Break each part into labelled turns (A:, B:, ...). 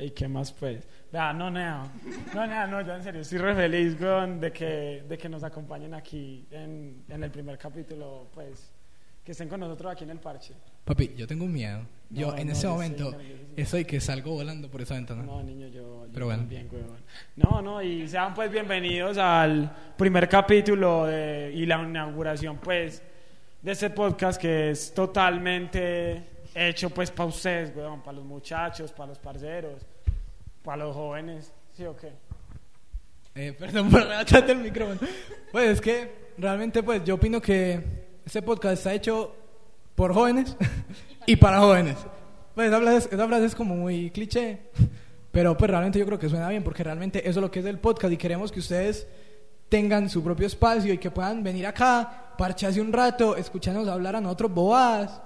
A: ¿Y qué más pues? Vea, no, nea. No, nea, no, yo en serio estoy re feliz, weón, de que, de que nos acompañen aquí en, en el primer capítulo, pues, que estén con nosotros aquí en el parche.
B: Papi, yo tengo un miedo. Yo
A: No,
B: en
A: no,
B: ese
A: yo sí,
B: momento
A: no, yo sí.
B: estoy que salgo volando por esa ventana.
A: No, niño, yo, yo
B: Pero bueno.
A: también, weón. No, no, y sean pues bienvenidos al primer capítulo de- y la inauguración, pues, de este podcast que es totalmente hecho, pues, para ustedes, weón, para los muchachos, para los parceros, para los jóvenes, ¿sí o qué?
B: Eh, perdón por agacharte el micrófono. Pues es que realmente pues yo opino que este podcast está hecho por jóvenes y para jóvenes. Pues esa frase, es- esa frase es como muy cliché, pero pues realmente yo creo que suena bien porque realmente eso es lo que es el podcast y queremos que ustedes tengan su propio espacio y que puedan venir acá, parcharse un rato, escucharnos hablar a nosotros bobadas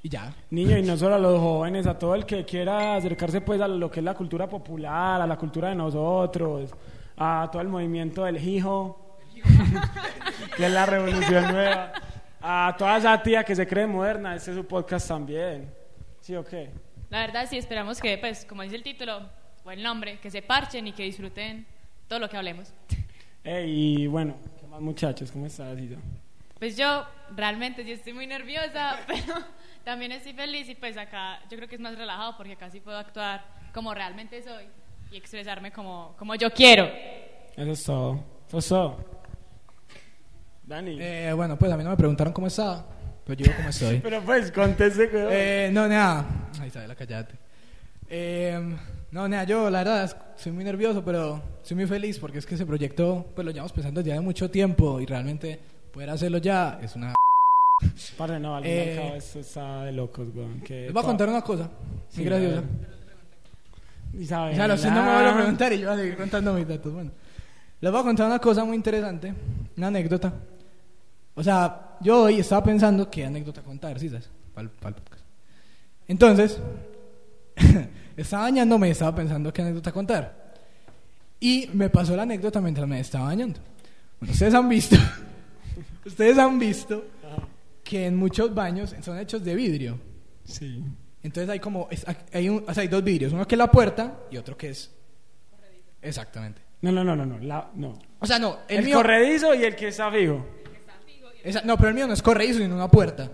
B: y ya.
A: Niño, y no solo a los jóvenes, a todo el que quiera acercarse pues a lo que es la cultura popular, a la cultura de nosotros, a todo el movimiento del hijo, que es la revolución nueva, a toda esa tía que se cree moderna, este es su podcast también. ¿Sí o qué?
C: La verdad, sí, esperamos que, pues, como dice el título o el nombre, que se parchen y que disfruten todo lo que hablemos.
A: Ey, y bueno, ¿qué más muchachos? ¿Cómo estás, Isa?
C: Pues yo realmente sí estoy muy nerviosa, pero también estoy feliz y pues acá yo creo que es más relajado porque acá sí puedo actuar como realmente soy y expresarme como, como yo quiero.
A: Eso es todo. Eso es todo. Dani.
B: Eh, bueno, pues a mí no me preguntaron cómo estaba, pero yo digo cómo estoy.
A: Pero pues, conteste, weón.
B: Eh, no, nada. Ay, Isabela, callate. Eh, no, nada, yo la verdad es- soy muy nervioso, pero soy muy feliz porque es que ese proyecto, pues lo llevamos pensando ya de mucho tiempo y realmente poder hacerlo ya es una...
A: Parce, no, al fin y
B: eh,
A: al cabo esto está de locos, weón. que
B: Les voy a
A: toda-
B: contar una cosa,
A: Sí,
B: muy graciosa.
A: a ver. Isabela.
B: O sea, lo sé, no me van a preguntar y yo voy a seguir contando mis datos. Bueno, les voy a contar una cosa muy interesante, una anécdota. O sea, yo hoy estaba pensando qué anécdota contar, ¿sí sabes? Para el, podcast. Entonces, estaba bañándome y estaba pensando qué anécdota contar. Y me pasó la anécdota mientras me estaba bañando. Bueno, ustedes han visto, ustedes han visto que en muchos baños son hechos de vidrio.
A: Sí.
B: Entonces hay como, es- hay, un- o sea, hay dos vidrios, uno que es la puerta y otro que es... Exactamente.
A: No, no, no, no, no. la- no.
B: O sea, no, el,
A: El,
B: mío...
A: corredizo y el que está fijo.
B: esa- no, pero el mío no es corredizo, sino una puerta.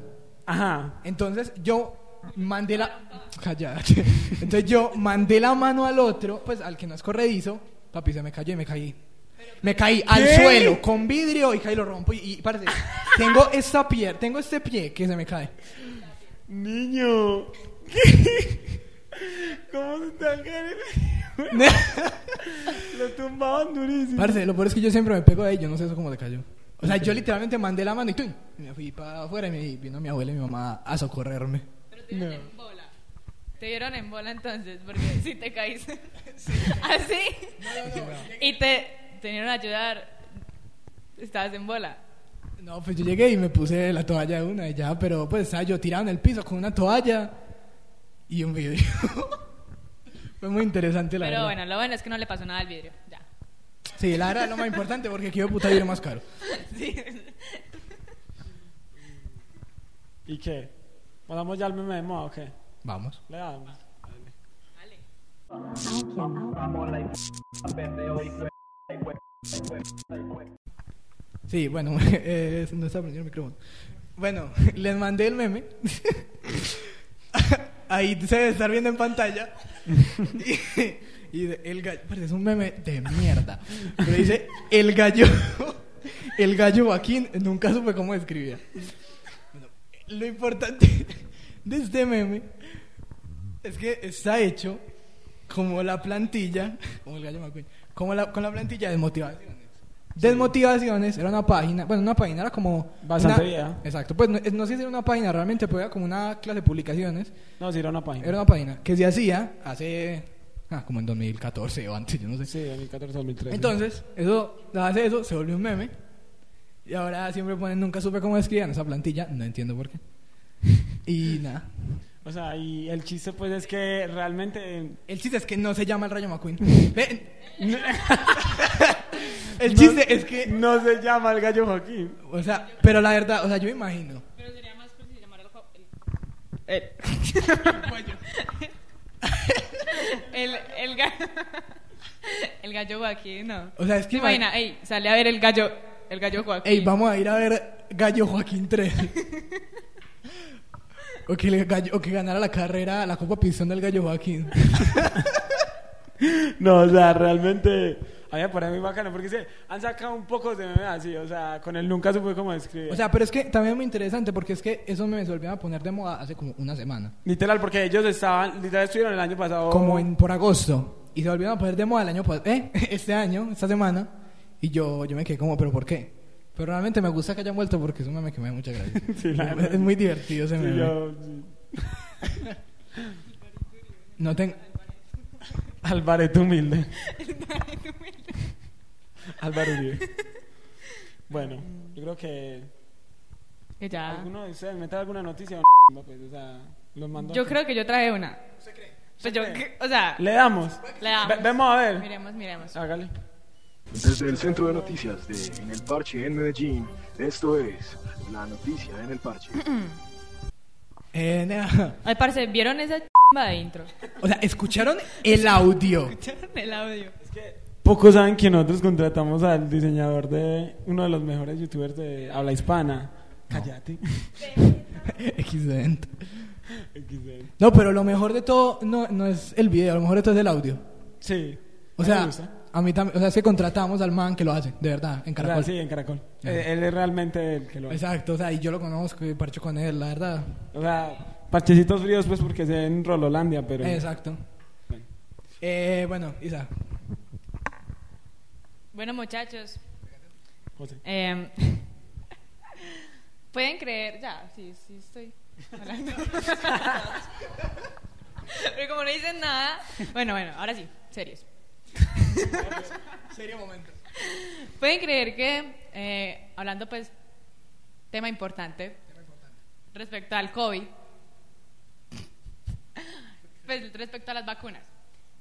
A: Ajá.
B: Entonces yo mandé la... Cállate. Entonces yo mandé la mano al otro, pues al que no es corredizo, papi, se me cayó y me caí. Me caí al
A: ¿Qué?
B: suelo con vidrio y caí lo rompo y, y parce, tengo esta pier, tengo este pie que se me cae.
A: Niño. ¿Qué? ¿Cómo se te va a caer el- Lo tumbaban durísimo.
B: Parce, lo peor es que yo siempre me pego ahí, yo no sé eso cómo le cayó. O sea, yo literalmente mandé la mano y ¡tum! Y me fui para afuera y me vino mi abuela y mi mamá a socorrerme.
C: Pero te dieron en bola. Te dieron en bola entonces porque si te caíste así y te vinieron a ayudar, estabas en bola.
B: No, pues yo llegué y me puse la toalla de una y ya, pero pues estaba yo tirado en el piso con una toalla y un vidrio. Fue muy interesante la
C: Pero
B: verdad.
C: bueno, lo bueno es que no le pasó nada al vidrio. Ya.
B: Sí, la verdad es lo más importante porque quiero puta vidrio más caro.
C: Sí.
A: ¿Y qué? ¿Pasamos ya al meme de moda o qué?
B: Vamos.
A: Le damos.
B: Sí, bueno, eh, no está prendiendo el micrófono. Bueno, les mandé el meme. Ahí se debe estar viendo en pantalla. Y, y de- el gallo. parece es un meme de mierda. Pero dice: El gallo. El gallo Joaquín. Nunca supe cómo escribía. Bueno, lo importante de este meme es que está hecho como la plantilla. Como el gallo McQueen. Como la, con la plantilla de motivaciones. Desmotivaciones era una página, bueno, una página era como.
A: Bastante
B: una-
A: vieja.
B: Exacto, pues no, es- no sé si era una página realmente, pero era como una clase de publicaciones.
A: No, sí, era una página.
B: Era una página que se hacía hace. Ah, como en 2014 o antes, yo no sé.
A: Sí, 2014, 2013.
B: Entonces, eso, hace eso, se volvió un meme. Y ahora siempre ponen, nunca supe cómo escribían esa plantilla, no entiendo por qué. Y nada.
A: O sea, y el chiste pues es que realmente... eh,
B: El chiste es que no se llama el Rayo McQueen. Ve, el chiste es que.
A: No se llama el gallo Joaquín.
B: O sea, pero la verdad, o sea, yo me imagino.
C: Pero sería más fácil llamar al
B: Bueno.
C: El, el, ga- el gallo Joaquín, no.
B: O sea, es que
C: ¿Te imaginas? Ey, sale a ver el gallo, el gallo Joaquín.
B: Ey, vamos a ir a ver Gallo Joaquín 3. o, que le gallo- o que ganara la carrera, la Copa Pistón del Gallo Joaquín.
A: No, o sea, realmente. A mí me parece muy bacano porque se han sacado un poco de memes así, o sea, con él nunca supe cómo escribir.
B: O sea, pero es que también es muy interesante porque es que eso me volvieron a poner de moda hace como una semana.
A: literal, porque ellos estaban, literal estuvieron el año pasado.
B: Como en por agosto. Y se volvieron a poner de moda el año pas- eh, este año, esta semana. Y yo, yo me quedé como, ¿pero por qué? Pero realmente me gusta que hayan vuelto porque es un meme que me da mucha gracia.
A: Sí, la verdad.
B: es muy divertido ese
A: Sí,
B: meme.
A: yo- sí.
B: No tengo.
A: Alvarete humilde. Álvaro Uribe. Bueno, yo creo que
C: Que ya.
A: alguno de ustedes meta alguna noticia o no, pues, o sea, los mando.
C: Yo creo que yo traje una. Pues yo,
A: cree?
C: o sea,
A: Le damos.
C: le damos.
A: Ve- vemos a ver.
C: Miremos, miremos.
A: Hágale.
D: Desde el centro de noticias de En el Parche en Medellín, esto es La Noticia en el Parche.
B: Eh, nada.
C: Ay, parce, ¿vieron esa chimba de intro?
B: O sea, ¿escucharon el audio?
C: ¿Escucharon el audio?
A: Pocos saben que nosotros contratamos al diseñador de uno de los mejores youtubers de habla hispana. Cállate.
B: Excelente.
A: XD.
B: No, pero lo mejor de todo no, no es el video, lo mejor de todo es el audio.
A: sí.
B: O
A: Ah, me
B: sea,
A: gusta.
B: a mí también, o sea, es que contratamos al man que lo hace, de verdad, en
A: O sea,
B: Caracol.
A: sí, en Caracol. Eh, él es realmente el que lo hace.
B: Exacto, o sea, y yo lo conozco y parcho con él, la verdad.
A: O sea, parchecitos fríos, pues porque se en Rololandia, pero.
B: Exacto.
A: Bueno.
B: Eh, bueno, Isa.
C: Bueno, muchachos,
A: José.
C: eh, pueden creer, ya, sí, sí estoy hablando. Pero como no dicen nada, bueno, bueno, ahora sí, serios.
B: Serio momento.
C: Pueden creer que, eh, hablando pues, tema importante, respecto al COVID, pues respecto a las vacunas.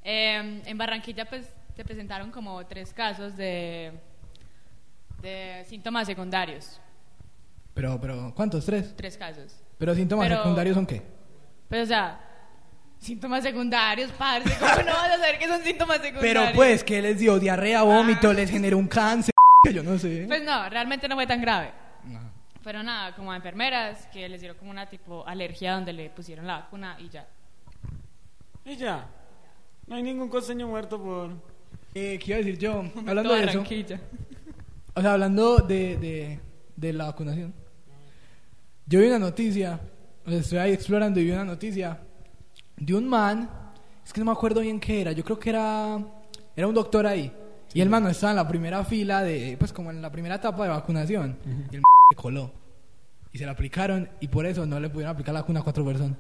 C: Eh, en Barranquilla pues se presentaron como tres casos de, de síntomas secundarios,
B: Pero, pero, ¿cuántos? ¿Tres?
C: tres casos.
B: Pero síntomas
C: Pero-
B: secundarios son qué?
C: Pues o sea, síntomas secundarios, parce, ¿cómo no vas a saber que son síntomas secundarios? Ah.
B: Pero pues, que les dio? ¿Diarrea, vómito? ¿Les generó un cáncer? Que yo no sé.
C: Pues no, realmente no fue tan grave.
B: Ajá.
C: Pero nada, como a enfermeras que les dieron como una tipo alergia donde le pusieron la vacuna y ya.
A: Y ya. No hay ningún costeño muerto por.
B: Eh, ¿Qué iba a decir yo? Hablando
C: Toda
B: de eso.
C: Barranquilla.
B: O sea, hablando de, de, de la vacunación. Yo vi una noticia, o sea, estoy ahí explorando y vi una noticia de un man, es que no me acuerdo bien qué era, yo creo que era, era un doctor ahí. Y el man no estaba en la primera fila de, pues como en la primera etapa de vacunación. Y el man se coló. Y se la aplicaron y por eso no le pudieron aplicar la vacuna a cuatro personas.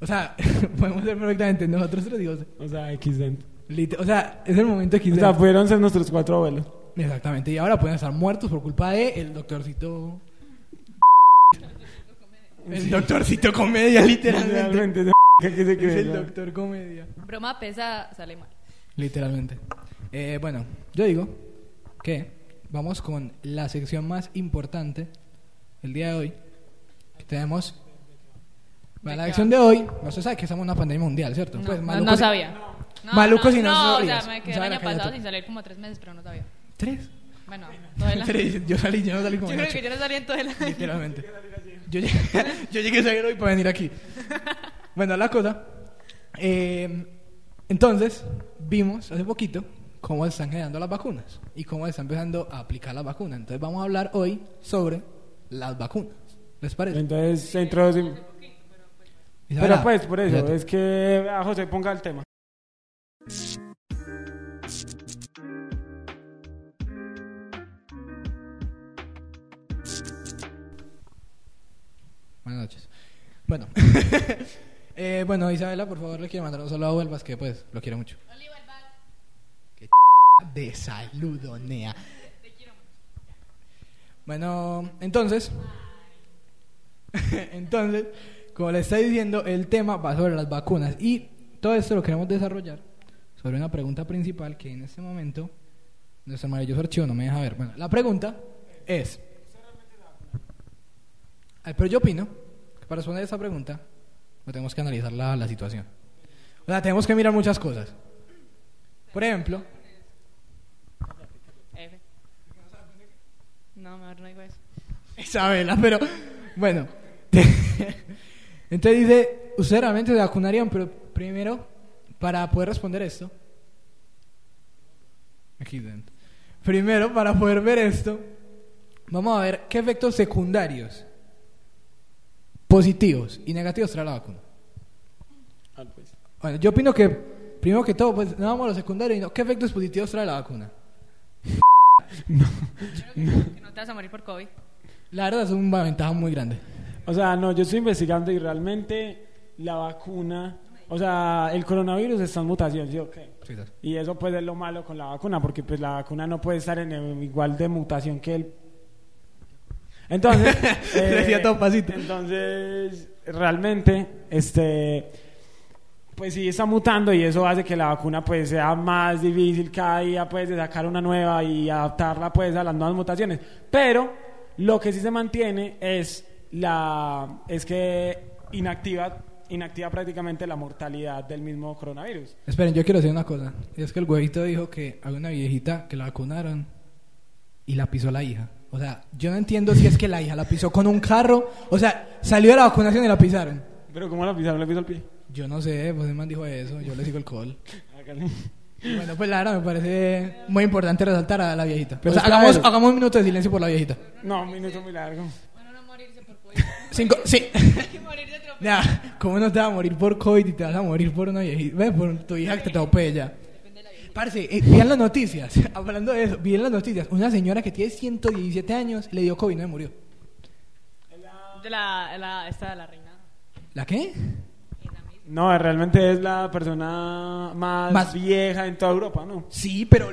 B: O sea, podemos ser perfectamente nosotros tres, digo,
A: O sea, XD.
B: lite- o sea, es el momento que
A: O sea, pudieron ser nuestros cuatro abuelos.
B: Exactamente, y ahora pueden estar muertos por culpa de el doctorcito. El doctorcito comedia, literalmente.
A: Realmente, ese que aquí se
B: Es
A: cree.
B: el
A: ¿no?
B: doctor comedia.
C: Broma pesa, sale mal.
B: Literalmente. Eh, bueno, yo digo que vamos con la sección más importante el día de hoy. Que tenemos. Bueno, la sección de hoy, no se sabe que estamos en una pandemia mundial, ¿cierto?
C: No,
B: Pues,
C: no-
B: maluco
C: no
B: si-
C: sabía. No,
B: Maluco
C: no,
B: si no
C: No, o sea,
B: sabías.
C: me quedé
B: O sea,
C: el
B: la
C: año
B: cállate.
C: pasado sin salir como tres meses, pero no sabía.
B: ¿Tres?
C: Bueno, todo el año.
B: Tres. Yo salí, yo no salí como
C: Yo
B: en
C: creo
B: ocho.
C: que yo no salí en todo el año.
B: Literalmente. Yo llegué, yo llegué a salir hoy para venir aquí. Bueno, la cosa. eh, entonces, vimos hace poquito cómo se están generando las vacunas y cómo se está empezando a aplicar las vacunas. Entonces, vamos a hablar hoy sobre las vacunas. ¿Les parece?
A: Entonces se introducimos. Pero
B: Isabela,
A: pues, por eso,
B: fíjate.
A: es que a José ponga el tema.
B: Buenas noches. Bueno. Eh, bueno, Isabela, por favor, le quiero mandar un saludo a Huelvas, que pues lo quiero mucho. Qué ch- de saludonea. Bueno, entonces. entonces, como le está diciendo, el tema va sobre las vacunas. Y todo esto lo queremos desarrollar sobre una pregunta principal que en este momento nuestro maravilloso archivo no me deja ver. Bueno, la pregunta es. Ay, Pero yo opino que para responder esa pregunta pero tenemos que analizar la, la situación. O sea, tenemos que mirar muchas cosas. Por ejemplo,
C: F. No, mejor no digo eso.
B: Isabela, pero bueno. Entonces dice, ustedes realmente se vacunarían, pero primero, para poder responder esto, aquí dentro. Primero, para poder ver esto, vamos a ver qué efectos secundarios positivos y negativos trae la vacuna.
A: Ah, pues.
B: Bueno, yo opino que, primero que todo, pues no vamos a los secundarios, sino qué efectos positivos trae la vacuna.
C: Que no te vas a morir por COVID.
B: La verdad es una ventaja muy grande.
A: O sea, no, yo estoy investigando y realmente la vacuna, o sea, el coronavirus está en mutación, ¿sí o qué?
B: Sí, sí.
A: Y eso pues es lo malo con la vacuna, porque pues la vacuna no puede estar en el- igual de mutación que él. Entonces, eh,
B: Le decía todo pasito.
A: Entonces, realmente, este, pues sí está mutando y eso hace que la vacuna pues sea más difícil cada día pues de sacar una nueva y adaptarla pues a las nuevas mutaciones. Pero lo que sí se mantiene es la es que inactiva inactiva prácticamente la mortalidad del mismo coronavirus.
B: Esperen, yo quiero decir una cosa. Y es que el huevito dijo que había una viejita que la vacunaron y la pisó la hija. O sea, yo no entiendo si es que la hija la pisó con un carro. O sea, salió de la vacunación y la pisaron.
A: Pero ¿cómo la pisaron? ¿Le pisó el pie?
B: Yo no sé, pues el man dijo eso. Yo le sigo el call. Bueno, pues la verdad me parece muy importante resaltar a la viejita.
A: Pero
B: o sea,
A: espera,
B: hagamos,
A: pero-
B: hagamos un minuto de silencio por la viejita.
A: No, un minuto muy largo.
C: Bueno, no morirse por COVID.
B: Cinco, sí.
C: Hay que morirse atropellado.
B: Nah, ¿cómo no te vas a morir por COVID y te vas a morir por una viejita? Ve, por tu hija que te atropella. Parce, eh, vi en las noticias, hablando de eso, vi en las noticias, una señora que tiene 117 años le dio COVID y no se murió.
C: De la, la, esta de la reina.
B: ¿La qué?
A: No, realmente es la persona más,
B: Más-
A: vieja en toda Europa, ¿no?
B: Sí, pero,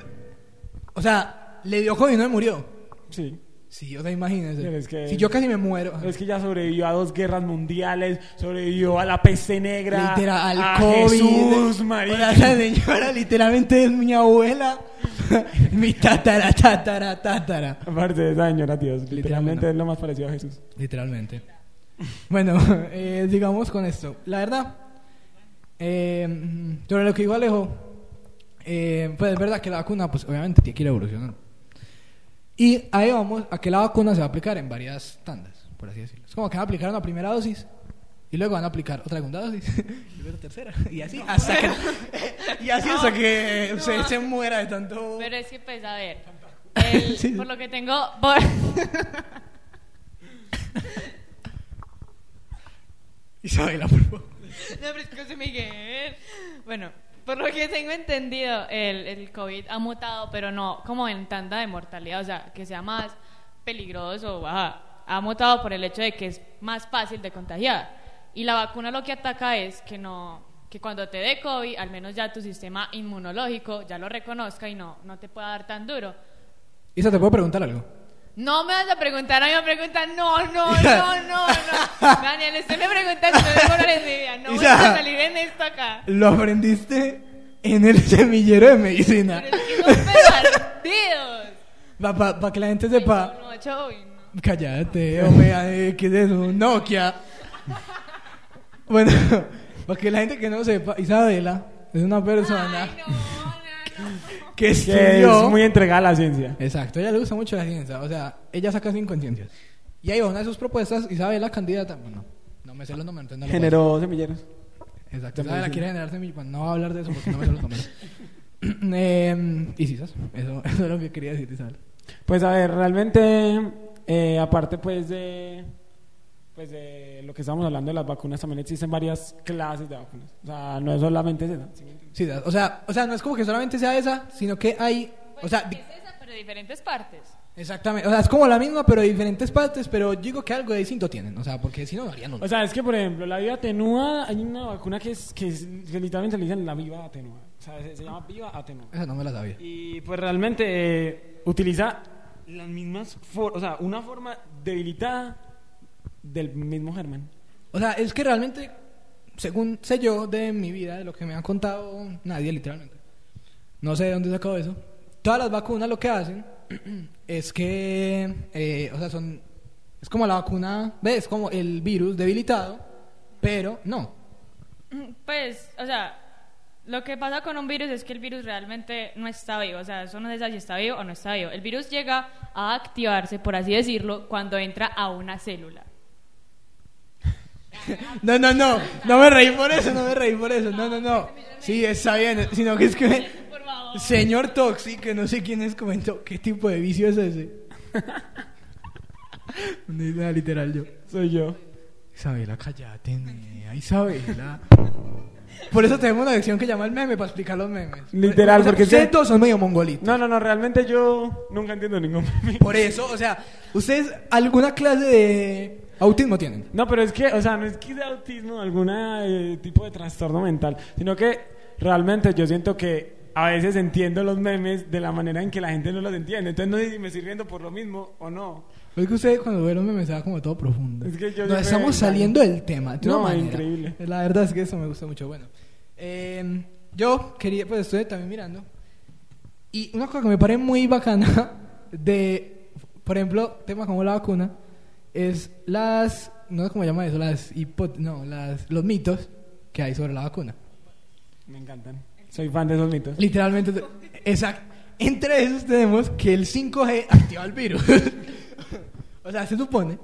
B: o sea, le dio COVID y no se murió.
A: Sí.
B: Sí, o sea, imagínense.
A: Pero es que-
B: Si yo casi me muero.
A: Es que ya sobrevivió a dos guerras mundiales, sobrevivió a la peste negra,
B: Literal,
A: a
B: al COVID.
A: Jesús,
B: O sea,
A: María.
B: esa señora literalmente es mi abuela, mi tatara, tatara, tatara.
A: Aparte de esa señora, Dios, literalmente
B: no.
A: es lo más parecido a Jesús.
B: Literalmente. Bueno, eh, digamos con esto. La verdad, eh, sobre lo que dijo Alejo, eh, pues es verdad que la vacuna, pues obviamente tiene que ir evolucionando. Y ahí vamos a que la vacuna se va a aplicar en varias tandas, por así decirlo. Es como que van a aplicar una primera dosis y luego van a aplicar otra segunda dosis y luego tercera. Y así hasta que, y así hasta que usted se muera de tanto...
C: Pero es que, pues, a ver. el-
B: Sí.
C: Por lo que tengo. Por...
B: Isabela, por favor.
C: No, pero es que José Miguel. Bueno, por lo que tengo entendido, el, el COVID ha mutado, pero no como en tanta de mortalidad, o sea, que sea más peligroso, baja. Ha mutado por el hecho de que es más fácil de contagiar. Y la vacuna lo que ataca es que no que cuando te dé COVID, al menos ya tu sistema inmunológico ya lo reconozca y no, no te pueda dar tan duro.
B: Isa, ¿te puedo preguntar algo?
C: No me vas a preguntar, a mí me preguntan, no, no, no, no, no. Daniel, usted me pregunta si me voy a morir en mi vida. No voy
B: Isa.
C: a salir en esto acá.
B: Lo aprendiste en el semillero de medicina.
C: Pero es que son pervertidos.
B: Para que la gente
C: Ay,
B: sepa.
C: no, no, chao, y no.
B: Cállate, Omega, eh, ¿qué es eso? Nokia. Bueno, para que la gente que no sepa, Isabela es una persona
C: Ay, no, no, no.
B: que
A: Que
B: estudió.
A: es muy entregada a la ciencia.
B: Exacto, a ella le gusta mucho la ciencia. O sea, ella saca cinco conciencias. Y ahí va una de sus propuestas, Isabela, candidata. Bueno, no me sé los nombres, entonces no lo puedo decir.
A: Generó semilleros.
B: Exacto.
A: De
B: Isabela
A: medicina.
B: quiere generarse mi... Bueno, no voy a hablar de eso porque no me sé los nombres. eh, y sí, ¿sabes? eso, eso es lo que quería decir, Isabel.
A: Pues a ver, realmente, eh, aparte pues de, pues de lo que estábamos hablando de las vacunas, también existen varias clases de vacunas. O sea, no es solamente esa. ¿sí me entiendes?
B: Sí, ¿sabes? o sea, o sea, no es como que solamente sea esa, sino que hay, o sea, di-
C: es esa, pero de diferentes partes.
B: exactamente, o sea, es como la misma pero de diferentes partes, pero yo digo que algo de distinto tienen, o sea, porque si no no harían uno.
A: O sea, es que, por ejemplo, la viva atenuada, hay una vacuna que, es, que, es- que literalmente le dicen la viva atenuada. O sea, se, se llama viva atenuada.
B: Esa no me la sabía.
A: Y pues realmente eh, utiliza las mismas, for- o sea, una forma debilitada del mismo germen.
B: O sea, es que realmente según sé yo de mi vida, de lo que me han contado nadie literalmente. No sé de dónde sacó eso. Todas las vacunas lo que hacen es que eh, o sea, son es como la vacuna, ves, como el virus debilitado, pero no.
C: Pues, o sea, lo que pasa con un virus es que el virus realmente no está vivo. O sea, eso no se sabe si está vivo o no está vivo. El virus llega a activarse, por así decirlo, cuando entra a una célula.
B: No, no, no. No me reí por eso, no me reí por eso. No, no, no. Sí, está bien. Sino que es que.
C: Por favor.
B: Señor Toxi, que no sé quién es, comentó. ¿Qué tipo de vicio es ese? No es nada literal yo.
A: Soy yo.
B: Isabela, cállate, nena, Isabela. Por eso tenemos una sección que llama el meme para explicar los memes.
A: Literal,
B: O sea,
A: porque
B: ustedes
A: sí.
B: todos son medio mongolitos.
A: No, no, no, realmente yo nunca entiendo ningún meme.
B: Por eso, o sea, ustedes alguna clase de autismo tienen.
A: No, pero es que, o sea, no es que de autismo, algún tipo de trastorno mental, sino que realmente yo siento que a veces entiendo los memes de la manera en que la gente no los entiende. Entonces no sé si me estoy riendo por lo mismo o no.
B: Es que ustedes cuando ven los memes se va como todo profundo.
A: Es que yo
B: Nos
A: siempre-
B: estamos saliendo del tema. De una
A: No,
B: manera.
A: increíble.
B: La verdad es que eso me gusta mucho. Bueno, eh, yo quería, pues estuve también mirando. Y una cosa que me parece muy bacana de, por ejemplo, temas como la vacuna, es las, no sé cómo llama eso, las hipótesis, no, las, los mitos que hay sobre la vacuna.
A: Me encantan. Soy fan de esos mitos.
B: Literalmente, exacto. Entre esos tenemos que el 5G activa el virus. o sea, se supone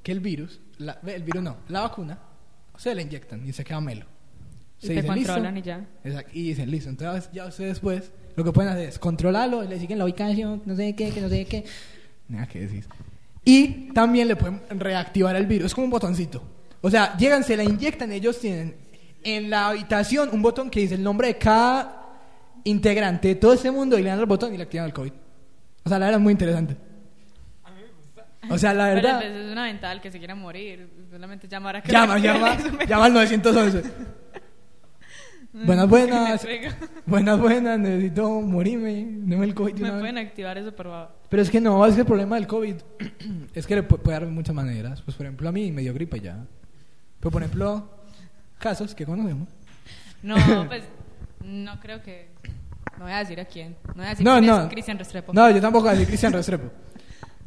B: que el virus, la- el virus no, la vacuna, se la inyectan y se queda melo.
C: Y
B: Se
C: te
B: dice,
C: controlan
B: "Listo".
C: y ya.
B: Exacto, y dicen, listo. Entonces, ya ustedes después, lo que pueden hacer es controlarlo, le siguen la ubicación, no sé qué, que no sé qué. Nada que decís. Y también le pueden reactivar el virus, es como un botoncito. O sea, llegan, se la inyectan, ellos tienen en la habitación un botón que dice el nombre de cada integrante de todo ese mundo y le dan el botón y le activan el COVID. O sea, la verdad es muy interesante. O sea, la
C: Pero a
B: verdad.
C: veces es una ventaja el que se quiera morir. Solamente llamar a que
B: Llama,
C: le-
B: llama,
C: eso me-
B: llama al 911. Buenas, buenas.
C: Mm, Me pega.
B: Buenas, buenas, necesito morirme. Deme el COVID. de
C: ¿Me
B: una vez.
C: pueden activar eso, por favor?
B: Pero es que no, es que el problema del COVID es que le pu- puede dar de muchas maneras. Pues, por ejemplo, a mí me dio gripa y ya. Pero, por ejemplo, casos que conocemos.
C: No, pues no creo que. No voy a decir a quién. No voy a decir
B: No,
C: quién
B: no.
C: es Cristian Restrepo.
B: No, yo tampoco así, Cristian Restrepo.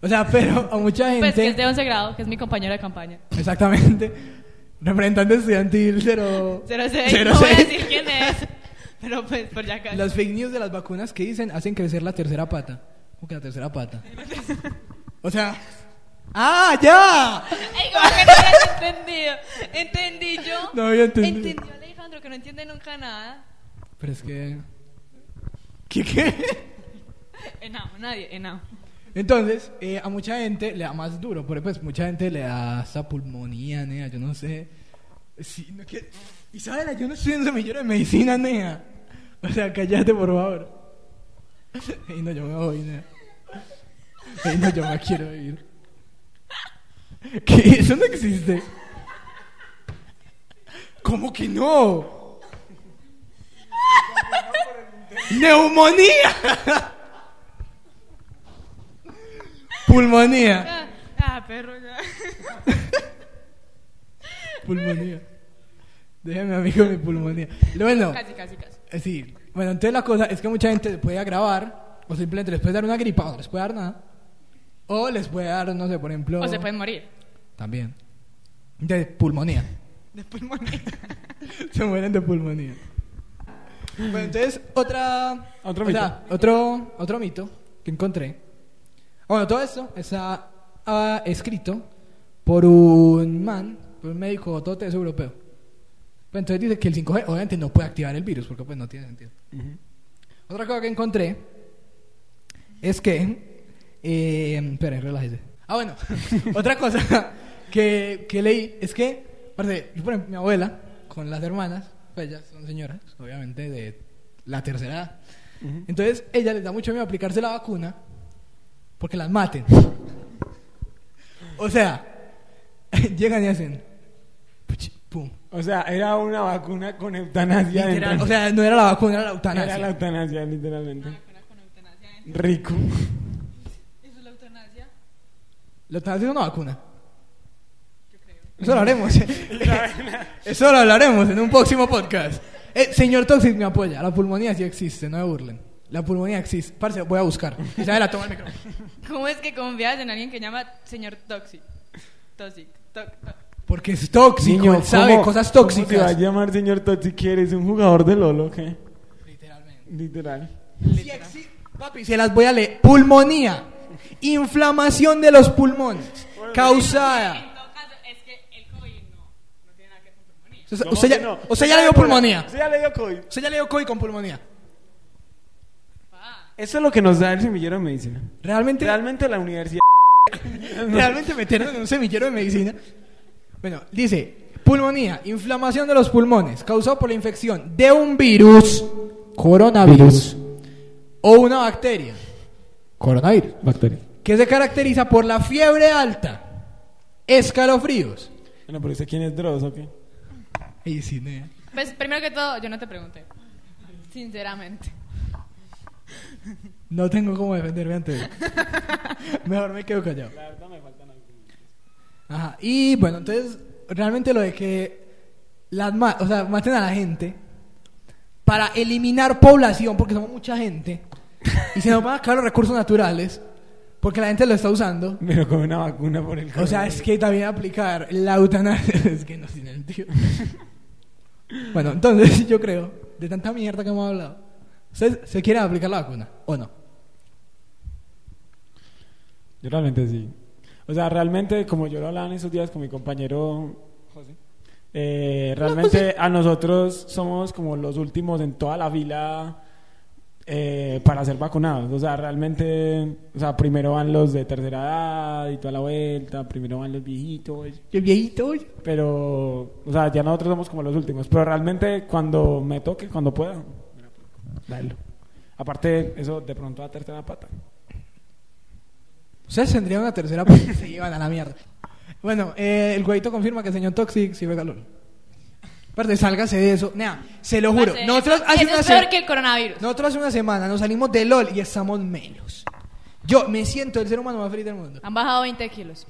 B: O sea, pero a mucha gente.
C: pues que es de 11 grado, que es mi compañero de campaña.
B: Exactamente. Representante estudiantil, cero.
C: Cero seis,
B: cero
C: no voy a
B: seis.
C: decir quién es. Pero pues por ya acá.
B: Las fake news de las vacunas que dicen hacen crecer la tercera pata. ¿Cómo que la tercera pata? O sea. ¡Ah, ya!
C: Ey, como que no habías entendido. Entendí yo.
B: No había entendido.
C: Entendió Alejandro, que no entiende nunca nada.
B: Pero es que. ¿Qué qué?
C: Enao, nadie, enao.
B: Entonces, eh, a mucha gente le da más duro, por ejemplo, pues, mucha gente le da esa pulmonía, nea, yo no sé. Sí, no que... Isabela, yo no estoy en semillero de medicina, nea. O sea, cállate, por favor. Y no, yo me voy, nea. Y no, yo me quiero ir. ¿Qué? Eso no existe. ¿Cómo que no? ¡Neumonía! Pulmonía.
C: Ah, ah, perro, ya.
B: Pulmonía. Déjame, amigo, mi pulmonía. Lo Bueno,
C: Casi, casi, casi.
B: eh, sí. Bueno, entonces la cosa es que mucha gente les puede agravar, o simplemente les puede dar una gripa, o no les puede dar nada. O les puede dar, no sé, por ejemplo.
C: O se pueden morir.
B: También. De pulmonía.
C: De pulmonía.
B: Se mueren de pulmonía. Bueno, entonces, otra.
A: Otro
B: o
A: mito.
B: sea, otro, otro mito que encontré. Bueno, todo esto está ah, escrito por un man, por un médico todo teso europeo. Pues entonces dice que el 5G obviamente no puede activar el virus porque pues no tiene sentido. Otra cosa que encontré es que... Eh, esperen, relájese. Ah, bueno. otra cosa que, que leí es que... parce, yo, por ejemplo, mi abuela con las hermanas, pues ellas son señoras, obviamente, de la tercera edad. Entonces, ella les da mucho miedo aplicarse la vacuna porque las maten. o sea, llegan y hacen... puch, Pum.
A: O sea, era una vacuna con eutanasia.
B: Literal,
A: dentro.
B: o sea, no era la vacuna, era la eutanasia.
A: era la eutanasia, literalmente. Rico.
C: ¿eh? Eso es la eutanasia.
B: La eutanasia es una vacuna. Eso lo haremos. Eso lo hablaremos en un próximo podcast. Eh, señor Toxic me apoya. La pulmonía sí existe, no me burlen. La pulmonía existe. Parce, voy a buscar. Isabela, toma el micrófono.
C: ¿Cómo es que confías en alguien que llama señor Toxic? Toxic. Toc, toc,
B: Porque es tóxico,
A: Niño,
B: él sabe
A: ¿cómo-
B: cosas
A: cómo se va a
B: tóxicas.
A: llamar señor Toxic? ¿Eres un jugador de LOL o qué?
B: Literalmente.
A: Literal.
B: Si exi- papi, se las voy a leer. Pulmonía. Inflamación de los pulmones. Causada.
C: En todo caso, es que el COVID no, no tiene nada que ver con pulmonía.
B: O sea,
A: No,
B: usted
A: que
B: ya,
A: no.
B: usted ya le dio pulmonía.
A: Usted ya le dio COVID.
B: Usted ya le dio COVID con pulmonía.
C: Pa.
A: Eso es lo que nos da el semillero de medicina.
B: Realmente,
A: Realmente la universidad.
B: realmente metieron en un semillero de medicina. Bueno, dice, pulmonía, inflamación de los pulmones, causado por la infección de un virus, coronavirus, o una bacteria, coronavirus,
A: Bacteria.
B: que se caracteriza por la fiebre alta, escalofríos.
A: Bueno, pero usted quién es Dross o qué?
B: Y sí, nea.
C: Pues primero que todo, yo no te pregunté. Sinceramente.
B: No tengo cómo defenderme antes. Mejor me quedo callado.
A: La verdad me faltan algunos.
B: Ajá. Y bueno, entonces, realmente lo de que las ma- o sea, maten a la gente para eliminar población, porque somos mucha gente, y se nos van a acabar los recursos naturales, porque la gente lo está usando.
A: Pero con una vacuna por el
B: O sea, es que también aplicar la eutanasia es que no tiene sentido. bueno, entonces yo creo, de tanta mierda que hemos hablado, ¿ustedes se quieren aplicar la vacuna o no?
A: Yo realmente sí. O sea, realmente, como yo lo hablaba en esos días con mi compañero José, eh, realmente a nosotros somos como los últimos en toda la fila eh, para ser vacunados. O sea, realmente, o sea, primero van los de tercera edad y toda la vuelta, primero van los viejitos.
B: Yo viejito, oye.
A: Pero, o sea, ya nosotros somos como los últimos. Pero realmente, cuando me toque, cuando pueda, me la aplico. Dale. Aparte, eso de pronto a tercera pata.
B: Ustedes tendrían una tercera porque se llevan a la mierda. Bueno, eh, el güeyito confirma que el señor Toxic sí juega LOL. Aparte, sálgase de eso. Nea, se lo juro.
C: Parce,
B: Nosotros
C: eso-
B: hace,
C: eso
B: una
C: es peor
B: se-
C: que el coronavirus.
B: Nosotros hace una semana nos salimos de LOL y estamos menos. Yo me siento el ser humano más feliz del mundo.
C: Han bajado 20 kilos.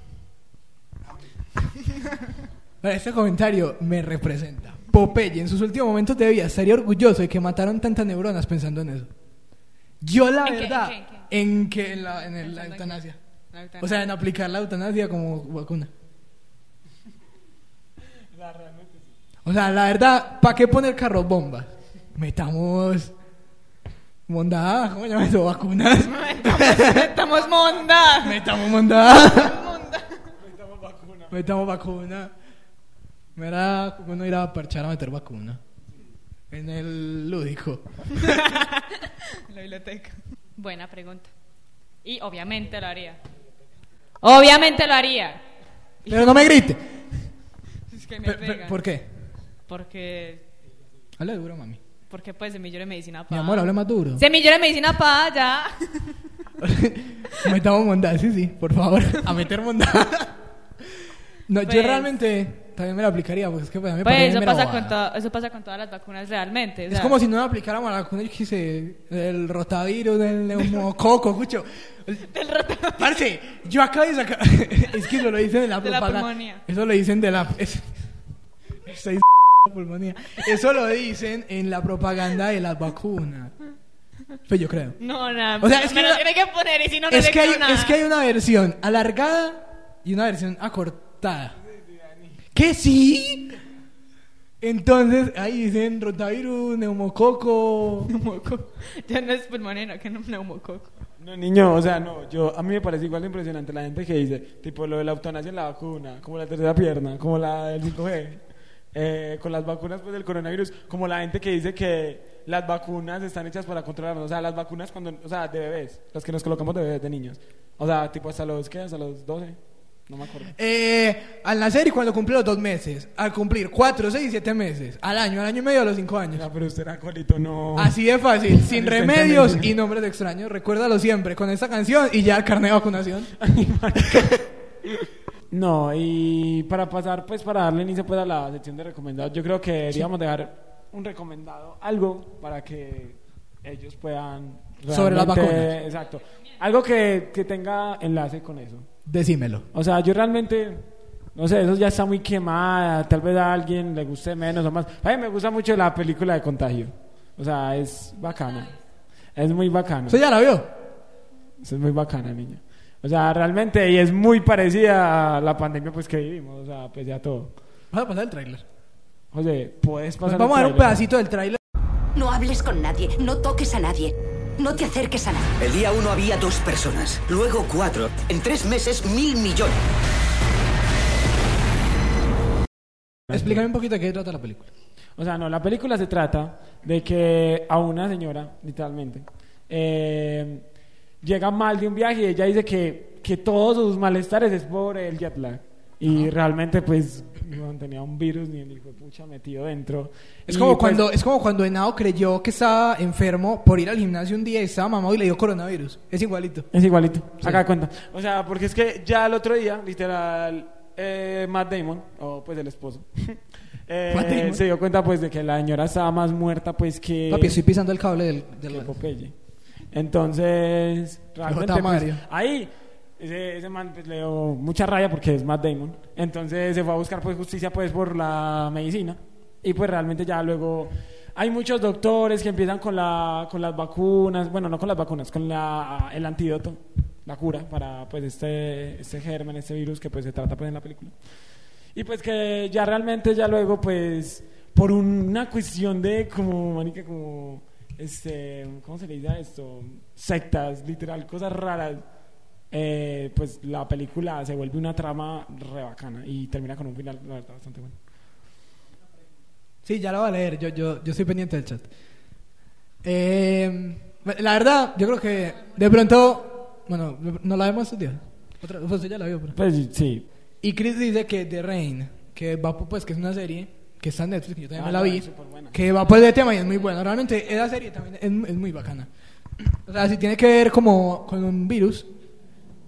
B: Bueno, Este comentario me representa. Popeye, en sus últimos momentos de vida, estaría orgulloso de que mataron tantas neuronas pensando en eso. Yo, la
C: ¿En qué?
B: verdad,
C: ¿En qué? ¿En
B: en que en la, en el- la
C: Pensando en qué.
B: eutanasia.
C: La eutanasia.
B: O sea, en aplicar la eutanasia como vacuna. O sea, la verdad, ¿para qué poner carros bombas? Metamos. Mondada, ¿cómo llaman eso? Vacunas.
C: Estamos monda.
B: Metamos mondada. Metamos vacuna. Me era como uno ir a parchar a meter vacuna. En el lúdico.
C: La biblioteca. Buena pregunta. Y obviamente lo haría. Obviamente lo haría.
B: Pero no me grite.
C: Es que me
B: Pe- pe-
C: pegan.
B: ¿Por qué?
C: Porque,
B: Habla duro, mami.
C: porque pues semillero de medicina pa.
B: Mi amor, habla más duro.
C: Semillero de medicina pa, ya.
B: Metamos mondada, sí, sí, por favor. A meter mondada. No, yo
C: Pues-
B: realmente también me la aplicaría, porque es que pues, a mí me
C: Pues
B: parece
C: eso
B: mera
C: pasa,
B: bobada.
C: con to- eso pasa con todas las vacunas realmente. o
B: Es
C: sea,
B: como si no me aplicáramos la vacuna, yo quise el rotavirus, el neumococo, escucho.
C: Del roto-
B: Parce, yo acabo de sacar. es que eso lo dicen de la
C: De la
B: propaganda.
C: pulmonía.
B: Eso lo dicen de la. es- Estoy pulmonía. Eso lo dicen en la propaganda de las vacunas. Pues yo creo.
C: No, nada.
B: O sea, es que
C: me lo
B: la-
C: tiene que poner y si no, no
B: es,
C: le
B: que hay,
C: creo nada.
B: es que hay una versión alargada y una versión acortada. ¿Qué sí? Entonces, ahí dicen rotavirus, neumococo.
C: Neumococo. Ya no es pulmonía, no, que no neumococo.
A: No, niño, o sea, no, yo, a mí me parece igual de impresionante la gente que dice, tipo, lo de la eutanasia en la vacuna, como la tercera pierna, como la del 5G, eh, con las vacunas pues, del coronavirus, como la gente que dice que las vacunas están hechas para controlarnos, o sea, las vacunas cuando, o sea, de bebés, las que nos colocamos de bebés, de niños, o sea, tipo, hasta los, ¿qué? Hasta los 12, no me acuerdo.
B: Eh, al nacer y cuando cumple los dos meses. Al cumplir cuatro, seis, siete meses. Al año, al año y medio, a los cinco años.
A: Ya, pero usted era colito, no.
B: Así de fácil, sin
A: Licencia
B: remedios
A: medicina.
B: y nombres de extraños. Recuérdalo siempre con esta canción y ya el carnet de vacunación.
A: No, y para pasar, pues para darle inicio pues a la sección de recomendados, yo creo que deberíamos dejar un recomendado, algo para que ellos puedan...
B: Sobre las
A: realmente-
B: vacunas.
A: Exacto. Algo que, que tenga enlace con eso.
B: Decímelo.
A: O sea, yo realmente, no sé, eso ya está muy quemada, tal vez a alguien le guste menos o más. A mí me gusta mucho la película de Contagio. O sea, es bacana. Es muy bacana.
B: ¿Usted ya la vio?
A: Eso es muy bacana, niña. O sea, realmente, y es muy parecida a la pandemia pues que vivimos, o sea, pese a todo.
B: Vas a pasar el tráiler.
A: José, puedes
B: Pues
A: pasar.
B: vamos a
A: el
B: ver un
A: tráiler?
B: pedacito del tráiler.
E: No hables con nadie, no toques a nadie, no te acerques a nadie.
F: El día uno había dos personas, luego cuatro. En tres meses, mil millones.
B: Explícame un poquito de qué trata la película.
A: O sea, no, la película se trata de que a una señora, literalmente, eh, llega mal de un viaje y ella dice que, que todos sus malestares es por el jet lag. Y realmente, pues, no tenía un virus ni el hijo de pucha metido dentro.
B: Es
A: Y,
B: como,
A: pues,
B: cuando, es como cuando Henao creyó que estaba enfermo por ir al gimnasio un día y estaba mamado y le dio coronavirus. Es igualito.
A: Es igualito,
B: Sí.
A: saca de cuenta. O sea, porque es que ya el otro día, literal, eh, Matt Damon, o pues el esposo, eh,
B: Matt Damon.
A: se dio cuenta pues de que la señora estaba más muerta pues que...
B: Papi, estoy pisando el cable del...
A: que
B: del-
A: Popeye. Entonces, realmente
B: Jota
A: pues,
B: Mario.
A: ahí ese, ese man pues, le dio mucha raya porque es Matt Damon. Entonces se fue a buscar pues justicia pues por la medicina y pues realmente ya luego hay muchos doctores que empiezan con la con las vacunas, bueno, no con las vacunas, con la el antídoto, la cura para pues este este germen, este virus que pues se trata pues en la película. Y pues que ya realmente ya luego pues por una cuestión de como manica como este ¿cómo se le dice a esto? sectas, literal, cosas raras. eh, pues la película se vuelve una trama re bacana y termina con un final la verdad bastante bueno.
B: Sí, ya la voy a leer. Yo, yo, yo estoy pendiente del chat. Eh, la verdad, yo creo que de pronto... Bueno, no la vemos estos días. Otra, pues ya la veo. Pero...
A: Pues sí.
B: Y Chris dice que The Rain, que va por- pues que es una serie que está en Netflix, que yo también me la
A: Ah,
B: vi,
A: es superbuena.
B: que va por el tema y es muy buena. Realmente esa serie también es, es muy bacana. O sea, si tiene que ver como con un virus.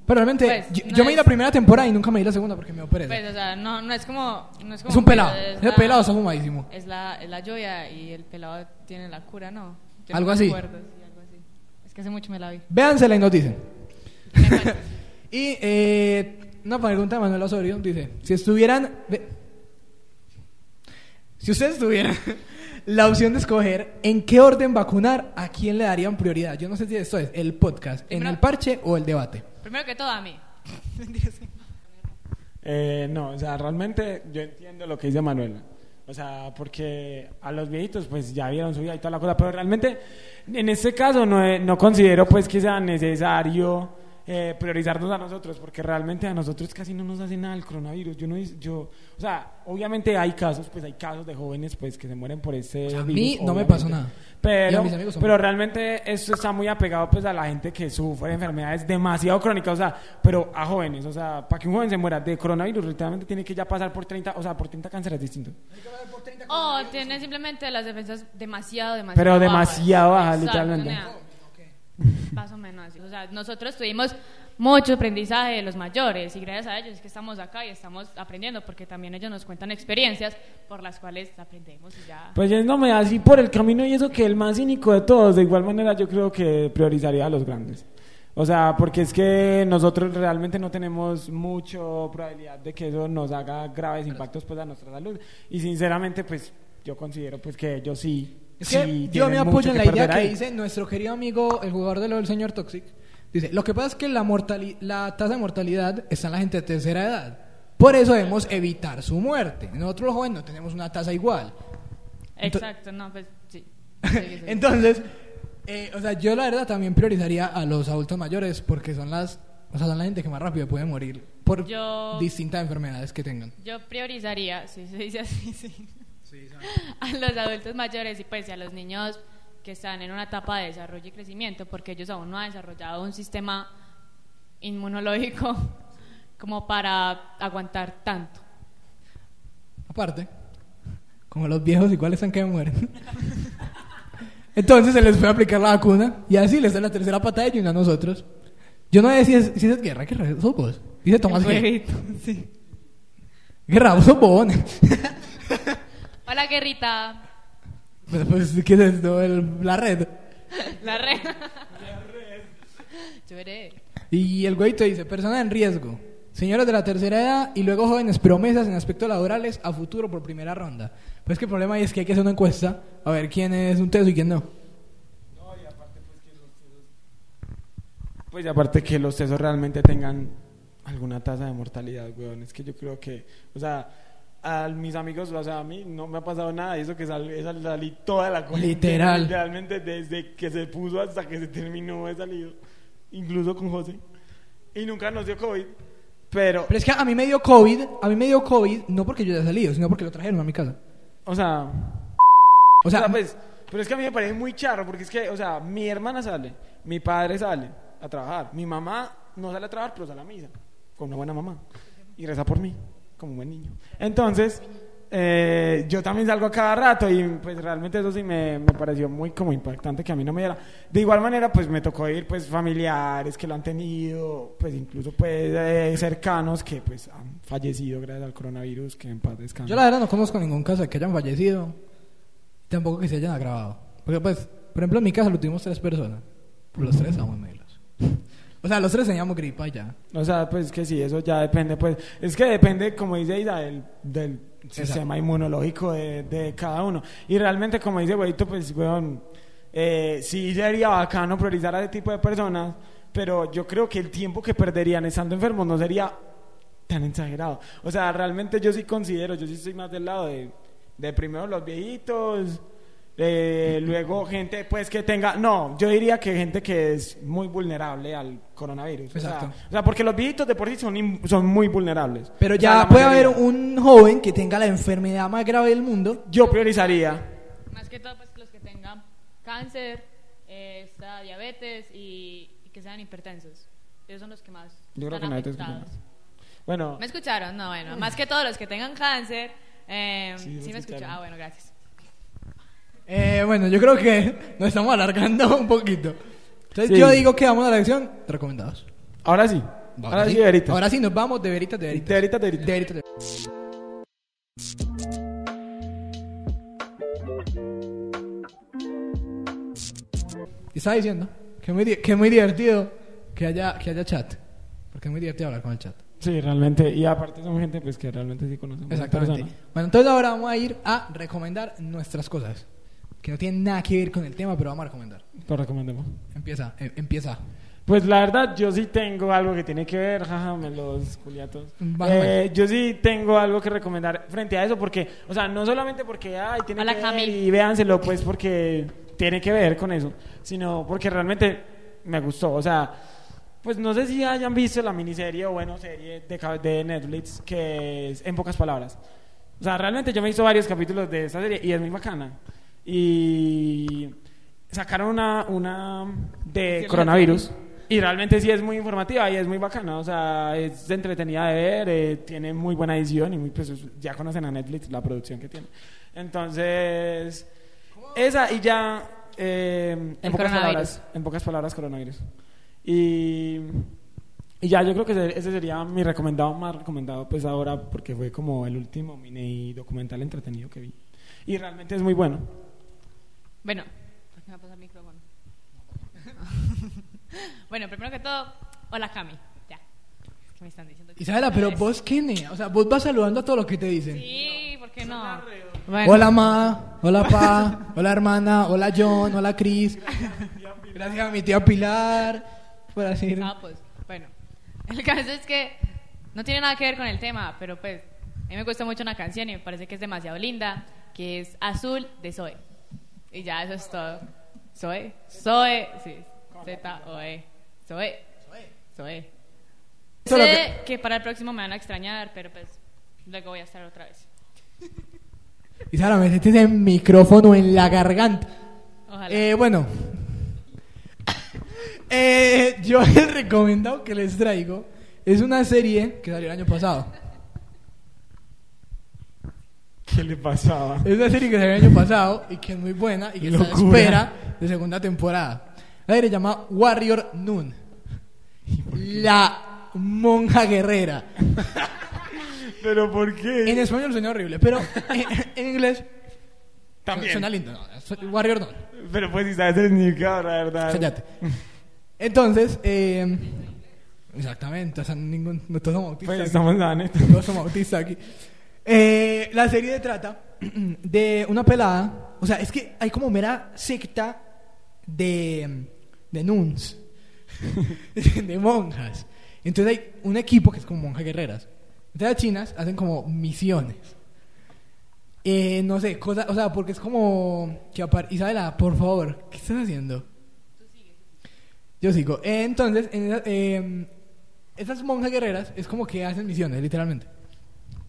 B: Pero realmente
C: Pues,
B: yo,
C: no
B: yo me vi
C: es-
B: la primera temporada y nunca me vi la segunda porque me operé.
C: Pues, o sea, no, no es como. No es, como
B: es un pelado,
C: pero
B: ese
C: la-
B: pelado está fumadísimo.
C: Es la, es la lluvia y el pelado tiene la cura, ¿no? Yo
B: Algo
C: no
B: así.
C: me acuerdo, sí, algo así. Es que hace mucho me la vi.
B: Véansela y nos dicen.
C: Me encanta.
B: y eh, una pregunta de Manuel Osorio dice, si estuvieran... ve- si ustedes tuvieran la opción de escoger en qué orden vacunar, ¿a quién le darían prioridad? Yo no sé si esto es el podcast, en
C: Primero-
B: el parche o el debate.
C: Primero que todo a mí.
A: Eh, no, o sea, realmente yo entiendo lo que dice Manuela. O sea, porque a los viejitos pues ya vieron su vida y toda la cosa, pero realmente en este caso no, eh, no considero pues que sea necesario eh, priorizarnos a nosotros, porque realmente a nosotros casi no nos hace nada el coronavirus. Yo no, hice- yo, o sea, obviamente hay casos, pues hay casos de jóvenes pues que se mueren por ese
B: sea, a
A: virus,
B: mí no me
A: obviamente.
B: pasó nada. Y a
A: Pero,
B: mis amigos son-
A: pero realmente esto está muy apegado pues a la gente que sufre enfermedades demasiado crónicas, o sea, pero a jóvenes, o sea, para que un joven se muera de coronavirus, literalmente tiene que ya pasar por 30, o sea, por 30 cánceres distintos.
C: O Oh, tiene simplemente las defensas demasiado, demasiado
A: Pero
C: bajas.
A: demasiado bajas,
C: Exacto,
A: literalmente.
C: nada. Más o menos así. O sea, nosotros tuvimos mucho aprendizaje de los mayores y gracias a ellos es que estamos acá y estamos aprendiendo porque también ellos nos cuentan experiencias por las cuales aprendemos y ya.
A: Pues yéndome así por el camino y eso que el más cínico de todos, de igual manera yo creo que priorizaría a los grandes. O sea, porque es que nosotros realmente no tenemos mucho probabilidad de que eso nos haga graves impactos pues a nuestra salud. Y sinceramente pues yo considero pues que ellos sí.
B: Es
A: sí
B: que yo
A: tienen
B: me
A: mucho
B: apoyo en la
A: perder
B: idea que
A: ahí.
B: dice nuestro querido amigo, el jugador de LOL, el señor Toxic. Dice, lo que pasa es que la, mortali- la tasa de mortalidad está en la gente de tercera edad. Por eso debemos evitar su muerte. Nosotros los jóvenes no tenemos una tasa igual. Ento-
C: Exacto, no, pues sí. Sigue, sigue.
B: Entonces, eh, o sea, yo la verdad también priorizaría a los adultos mayores porque son las, o sea, son la gente que más rápido puede morir por
C: Yo-
B: distintas enfermedades que tengan.
C: Yo priorizaría, si se dice así, sí. A los adultos mayores y pues y a los niños que están en una etapa de desarrollo y crecimiento, porque ellos aún no han desarrollado un sistema inmunológico como para aguantar tanto.
B: Aparte, como los viejos igual están que mueren. Entonces se les fue a aplicar la vacuna y así les da la tercera pata de ellos y no a nosotros. Yo no sé si es, si es guerra, guerra, sos vos. Dice Tomás Guerra.
C: Huevito, sí.
B: Guerra, vos sos bobón.
C: Hola, guerrita.
B: pues, pues, ¿qué es esto? El- la red.
C: La red. Yo veré.
B: Y el güey te dice, persona en riesgo, señores de la tercera edad y luego jóvenes promesas en aspectos laborales a futuro por primera ronda. Pues que el problema ahí es que hay que hacer una encuesta a ver quién es un teso y quién no.
A: Pues y aparte que los tesos realmente tengan alguna tasa de mortalidad, weón. Es que yo creo que, o sea, a mis amigos, o sea, a mí no me ha pasado nada. Y eso que sal- he sal- salí toda la cuarentena,
B: Literal.
A: Literalmente desde que se puso hasta que se terminó he salido. Incluso con José. Y nunca nos dio COVID. Pero,
B: Pero es que a mí me dio COVID, a mí me dio COVID no porque yo haya salido, sino porque lo trajeron a mi casa.
A: o sea,
B: O sea,
A: pues, pero es que a mí me parece muy charro, porque es que, o sea, mi hermana sale, mi padre sale a trabajar, mi mamá no sale a trabajar, pero sale a misa, con una buena mamá, y reza por mí, como un buen niño. Entonces, eh, yo también salgo a cada rato, y pues realmente eso sí me, me pareció muy como impactante que a mí no me diera. De igual manera, pues me tocó ir, pues familiares que lo han tenido, pues incluso pues eh, cercanos que pues han fallecido gracias al coronavirus, que en paz descansen.
B: yo la verdad no conozco ningún caso de que hayan fallecido, tampoco que se hayan agravado. Porque pues, por ejemplo, en mi casa lo tuvimos tres personas. Por los tres estábamos melos. O sea, los tres teníamos gripa y ya.
A: O sea, pues que sí, eso ya depende, pues, es que depende, como dice Isa, del, del sistema inmunológico de, de cada uno. Y realmente, como dice Güeyito, pues, weón, eh, sí sería bacano priorizar a ese tipo de personas, pero yo creo que el tiempo que perderían estando enfermos no sería tan exagerado. O sea, realmente yo sí considero, yo sí estoy más del lado de, de primero los viejitos, eh, luego gente pues que tenga, no, yo diría que gente que es muy vulnerable al coronavirus. O sea,
B: Exacto.
A: o sea, porque los viejitos de por sí son, in- son muy vulnerables.
B: Pero
A: O
B: ya
A: sea, la
B: puede haber
A: mayoría.
B: un joven que tenga la enfermedad más grave del mundo.
A: Yo priorizaría.
C: Más que todo, pues los que tengan cáncer, eh, está diabetes y, y que sean hipertensos. Ellos son los que más
A: Yo creo
C: están
A: que nadie te escuchó
C: afectados.
A: Bueno,
C: ¿Me escucharon? No, bueno. Más que todos los que tengan cáncer. eh,
A: Sí,
C: sí,
A: me
C: me escucharon.
A: escucharon.
C: Ah, bueno, gracias.
B: Eh, bueno, yo creo que nos estamos alargando un poquito. Entonces
A: Sí.
B: yo digo que vamos a la sección recomendados.
A: ahora sí. Ahora sí, veritas.
B: Ahora sí, nos vamos de veritas, de veritas.
A: De veritas, de veritas.
B: De veritas, de- Y estaba diciendo que es muy, di- que es muy divertido que haya, que haya chat. Porque es muy divertido hablar con el chat.
A: Sí, realmente. Y aparte son gente pues que realmente sí conocen.
B: Exactamente. Bueno, entonces ahora vamos a ir a recomendar nuestras cosas. Que no tienen nada que ver con el tema, pero vamos a recomendar.
A: Lo recomendemos.
B: Empieza, eh, empieza.
A: Pues la verdad, yo sí tengo algo que tiene que ver, jaja, me los culiatos.
B: Baja,
A: Eh, yo sí tengo algo que recomendar frente a eso, porque, o sea, no solamente porque, ay, tiene
C: A la
A: que ver
C: Camil.
A: y véanselo, pues porque tiene que ver con eso, sino porque realmente me gustó, o sea, pues no sé si hayan visto la miniserie o bueno, serie de, ca- de Netflix que es En Pocas Palabras. O sea, realmente yo me he visto varios capítulos de esta serie y es muy bacana. Y sacaron una, una de coronavirus. Y realmente sí es muy informativa y es muy bacana, o sea, es entretenida de ver, eh, tiene muy buena edición y muy, pues, ya conocen a Netflix la producción que tiene. Entonces, esa y ya, eh, en, pocas
C: El coronavirus.
A: palabras, en pocas palabras, coronavirus. Y, y ya, yo creo que ese, ese sería mi recomendado, más recomendado pues ahora, porque fue como el último mini documental entretenido que vi. Y realmente es muy bueno.
C: Bueno, ¿por qué me pasa el micrófono? bueno, primero que todo, hola Cami. Ya. Es que me están diciendo que-
B: Isabela, pero vos, ¿quién es? O sea, vos vas saludando a todo lo que te dicen.
C: Sí, ¿por qué no? Bueno.
B: Hola, ma. Hola, pa. hola, hermana. Hola, John. Hola, Chris. Gracias a mi tía Pilar. Por así.
C: Ah, pues, bueno. El caso es que no tiene nada que ver con el tema, pero pues, a mí me gusta mucho una canción y me parece que es demasiado linda, que es Azul de Zoe. Y ya, eso es todo. Zoe, Zoe, sí, Z-O-E, Zoe, Zoe.
A: Solo
C: Sé que para el próximo me van a extrañar, pero pues, luego voy a estar otra vez.
B: Isabela, me metiste ese micrófono en la garganta.
C: Ojalá.
B: Eh, bueno. Eh, yo el recomendado que les traigo es una serie que salió el año pasado.
A: ¿Qué le pasaba?
B: Es una serie que salió el año pasado y que es muy buena y que está a
A: Locura.
B: espera de segunda temporada. La serie se llama Warrior Noon. La monja guerrera.
A: ¿Pero por qué?
B: En español suena horrible, pero en, en inglés suena lindo. no, su- Warrior Noon.
A: Pero pues si sabes el significado, la verdad.
B: Cállate. Entonces, eh, exactamente, o sea, ningún, no todos somos autistas.
A: Pues
B: aquí.
A: estamos la neta.
B: Todos somos autistas aquí. Eh, la serie trata de una pelada. O sea, es que hay como mera secta de, de nuns. de monjas. Entonces hay un equipo que es como monjas guerreras. Entonces las chinas hacen como misiones. Eh, no sé, cosa, o sea, porque es como que apar- Isabela, por favor, ¿qué estás haciendo? Yo sigo. Eh, entonces, en esa- eh, esas monjas guerreras es como que hacen misiones, literalmente.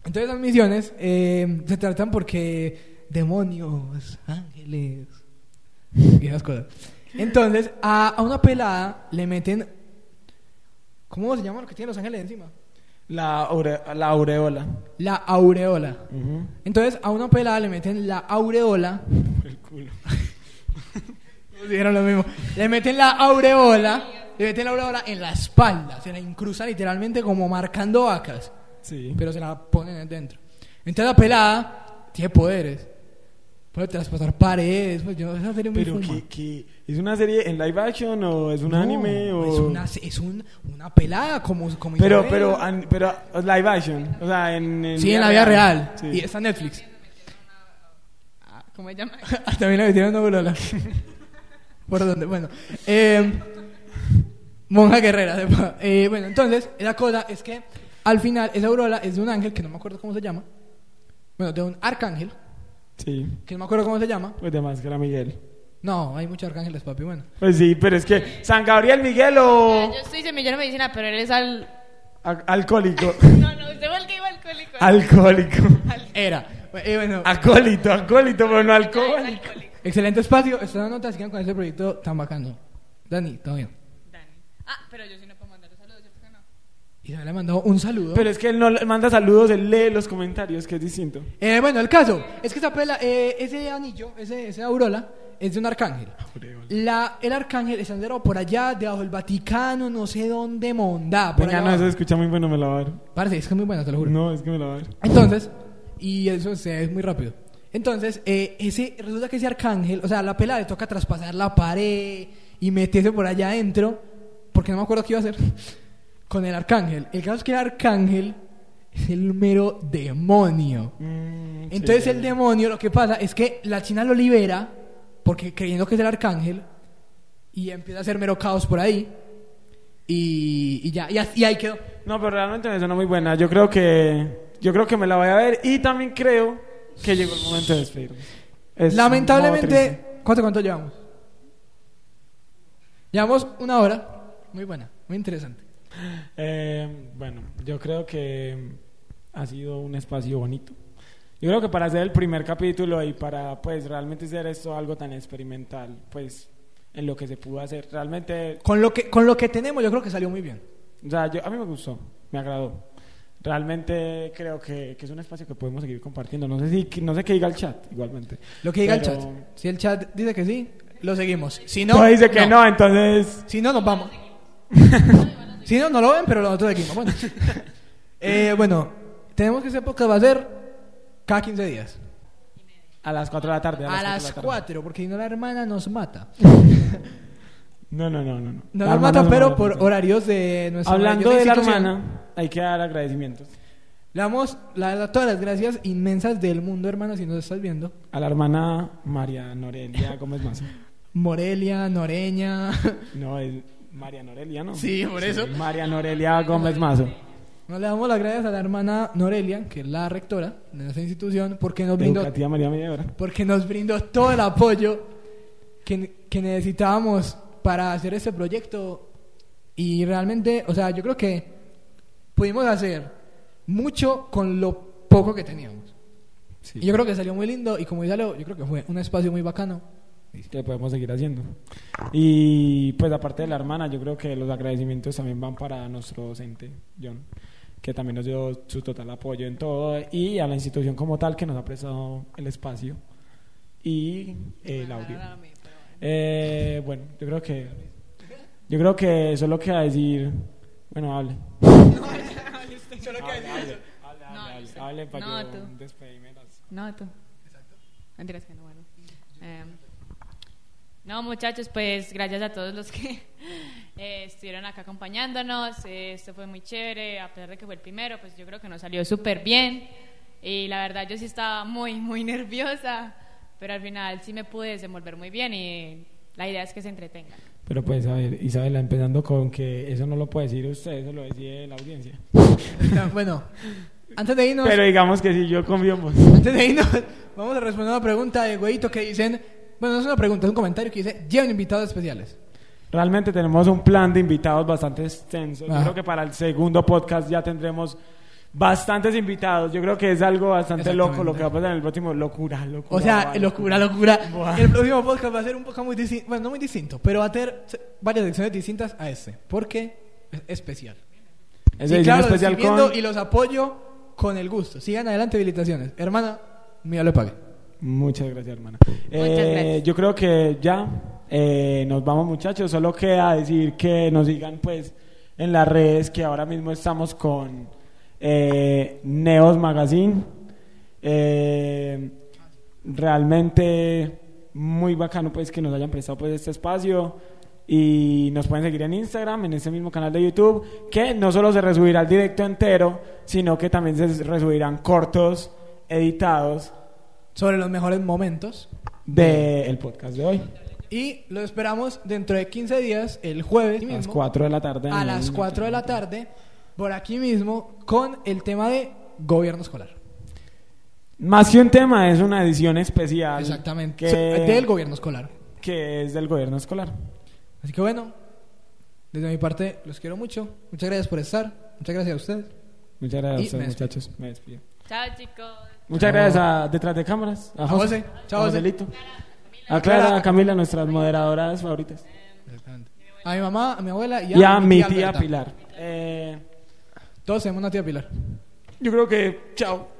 B: Entonces las misiones eh, se tratan porque demonios, ángeles y esas cosas. Entonces a, a una pelada le meten... ¿Cómo se llama lo que tiene los ángeles encima?
G: La, aure- la aureola.
B: La aureola.
G: Ujú.
B: Entonces a una pelada le meten la aureola.
A: Por el culo.
B: Dijeron lo mismo. Le meten la aureola. Le meten la aureola en la espalda. Se la incrustan literalmente como marcando vacas.
A: Sí.
B: pero se la ponen dentro. Entonces la pelada tiene poderes. Pues Puede traspasar paredes, pues yo esa serie me
A: Pero
B: fuma.
A: ¿qué, qué? ¿es una serie en live action o es un
B: No,
A: anime o
B: es una es un- una pelada como como
A: Pero
B: Isabela.
A: pero an- pero ah, live action, o sea, en,
B: sí en la vida real.
A: Sí.
B: Y está en Netflix.
C: Ah, ¿Cómo se llama?
B: Ah, También la metieron en Novelola. ¿Por dónde? Bueno. eh, monja guerrera. sepa. Eh, bueno, entonces, la cosa es que al final esa aurora es de un ángel que no me acuerdo cómo se llama. Bueno, de un arcángel,
A: Sí.
B: que no me acuerdo cómo se llama.
A: Pues de máscara Miguel.
B: No, hay muchos arcángeles, papi. Bueno.
A: Pues sí, pero es que San Gabriel Miguel
C: Ah,
A: o
C: Yo estoy semillero de medicina, pero él es al.
A: a- alcohólico.
C: No, no, usted fue el que iba alcohólico.
A: alcohólico.
B: Era. Eh, bueno,
A: Acólito, acólito, pero no alcohólico.
C: alcohólico.
B: excelente espacio. Estas son notas sigan con este proyecto tan bacano. Dani, todo bien.
C: Dani. Ah, pero yo sí no puedo mandar los saludos, ¿cierto que no?
B: Isabel le mandó un saludo.
A: Pero es que él no le manda saludos, él lee los comentarios, que es distinto.
B: Eh, bueno, el caso es que esa pela, eh, ese anillo, ese, esa aurola, es de un arcángel. La, el arcángel está enterado por allá, debajo del Vaticano, no sé dónde, mondá. Por
A: Venga, no,
B: allá
A: eso
B: abajo.
A: se escucha muy bueno, me la va a dar.
B: Parce, es que es muy bueno, te lo juro.
A: No, es que me la va a dar.
B: Entonces, y eso se es muy rápido. Entonces, eh, ese, resulta que ese arcángel, o sea, la pela le toca traspasar la pared y meterse por allá adentro, porque no me acuerdo qué iba a hacer, con el arcángel. El caso es que el arcángel es el mero demonio.
A: Mm, sí,
B: Entonces
A: ya,
B: el
A: ya.
B: demonio lo que pasa es que la China lo libera porque creyendo que es el arcángel y empieza a hacer mero caos por ahí y, y ya, y, as- y ahí quedó.
A: No, pero realmente me suena muy buena. Yo creo que yo creo que me la voy a ver y también creo que llegó el momento de despedirme. Es un modo triste.
B: Lamentablemente, ¿cuánto, ¿cuánto llevamos? Llevamos una hora, muy buena, muy interesante.
A: Eh, bueno, yo creo que ha sido un espacio bonito. Yo creo que para hacer el primer capítulo y para pues realmente hacer esto algo tan experimental, pues en lo que se pudo hacer, realmente
B: Con lo que, con lo que tenemos yo creo que salió muy bien.
A: O sea, yo- a mí me gustó, me agradó. Realmente creo que, que es un espacio que podemos seguir compartiendo. No sé si no sé qué diga el chat, igualmente.
B: Lo que diga
A: Pero-
B: el chat. Si el chat dice que sí, lo seguimos. Si no,
A: No, dice que no, entonces.
B: Si no, nos vamos. si no, no lo ven, pero nosotros seguimos. Bueno, Eh, bueno tenemos que ese podcast va a ser cada 15 días.
A: A las 4 de la tarde.
B: A las
A: cuatro de la tarde.
B: 4, porque si no la hermana nos mata.
A: No, no, no, no. No,
B: No
A: La
B: nos
A: hermana
B: mata,
A: no
B: pero
A: nos
B: por
A: mata.
B: horarios de nuestra
A: Hablando de la
B: institución.
A: hermana, hay que dar agradecimientos.
B: Le damos la verdad, todas las gracias inmensas del mundo, hermana, si nos estás viendo.
A: A la hermana María Norelia Gómez Mazo.
B: Morelia, Noreña.
A: No, es María Norelia, ¿no?
B: Sí, por eso.
A: María Norelia Gómez Mazo.
B: Nos le damos las gracias a la hermana Norelia, que es la rectora de nuestra institución, porque nos
A: De
B: brindó
A: Educativa María Mediadora.
B: porque nos brindó todo el apoyo que, que necesitábamos para hacer este proyecto. Y realmente, o sea, yo creo que pudimos hacer mucho con lo poco que teníamos.
A: Sí.
B: Y yo creo que salió muy lindo y como dice Leo, yo creo que fue un espacio muy bacano.
A: que podemos seguir haciendo. Y pues aparte de la hermana, yo creo que los agradecimientos también van para nuestro docente, John, que también nos dio su total apoyo en todo, y a la institución como tal que nos ha prestado el espacio y el audio. Eh, bueno, yo creo que yo creo que eso es lo que va a decir. Bueno, hable. Hable, hable, hable,
C: No,
A: hable,
C: yo sé.
A: hable para
C: No,
A: yo
C: tú.
A: despedirme las-
C: No, tú. Mentiras que no, bueno. Eh, no, muchachos, pues gracias a todos los que eh, estuvieron acá acompañándonos. Eh, esto fue muy chévere, a pesar de que fue el primero, pues yo creo que nos salió súper bien. Y la verdad yo sí estaba muy, muy nerviosa, pero al final sí me pude desenvolver muy bien y la idea es que se entretengan.
A: Pero pues, a ver, Isabela, empezando con que eso no lo puede decir usted, eso lo decide la audiencia.
B: Bueno, antes de irnos,
A: Pero digamos que si yo confío en vos.
B: antes de irnos, vamos a responder una pregunta de güeyito que dicen. Bueno, no es una pregunta, es un comentario que dice: llevan invitados especiales.
A: Realmente tenemos un plan de invitados bastante extenso. Yo
B: Ajá.
A: creo que para el segundo podcast ya tendremos bastantes invitados. Yo creo que es algo bastante loco lo que va a pasar en el próximo. Locura, locura.
B: O sea,
A: vale.
B: locura, locura.
A: Buah.
B: El próximo podcast va a ser un podcast muy distinto. Bueno, no muy distinto, pero va a tener se- varias secciones distintas a este. Porque es especial.
A: Es
B: Sí,
A: edición
B: claro, los
A: especial
B: estoy viendo
A: con-
B: y los apoyo con el gusto. Sigan adelante, habilitaciones. Hermana, mira, lo pague.
A: Muchas gracias, hermana.
C: Muchas
A: Eh,
C: gracias.
A: Yo creo que ya eh, nos vamos, muchachos. Solo queda decir que nos digan, pues, en las redes que ahora mismo estamos con eh, Neos Magazine. Eh, realmente muy bacano, pues, que nos hayan prestado pues este espacio. Y nos pueden seguir en Instagram, en ese mismo canal de YouTube, que no solo se resubirá el directo entero, sino que también se resubirán cortos editados
B: Sobre los mejores momentos.
A: del podcast de hoy.
B: Y lo esperamos dentro de 15 días, el jueves.
A: A las
B: mismo,
A: 4 de la tarde.
B: a las 4 de la tarde, por aquí mismo, con el tema de gobierno escolar.
A: Más que un tema, es una edición especial.
B: Exactamente.
A: Que,
B: So- eh, Del gobierno escolar.
A: que es del gobierno escolar.
B: Así que bueno, desde mi parte, los quiero mucho. Muchas gracias por estar. Muchas gracias a ustedes.
A: Muchas gracias
B: Y
A: a ustedes,
B: me despido.
A: muchachos. Me despido.
C: Chao, chicos.
A: Muchas gracias a Detrás de Cámaras, a, José,
B: José. Chao,
A: a
B: José.
A: Joselito, a Clara, a Camila, nuestras moderadoras favoritas.
B: Exactamente. A mi mamá, a mi abuela y a,
A: Y a mi tía
B: Alberta.
A: Pilar. Eh,
B: Todos tenemos una tía Pilar.
A: yo creo que, chao.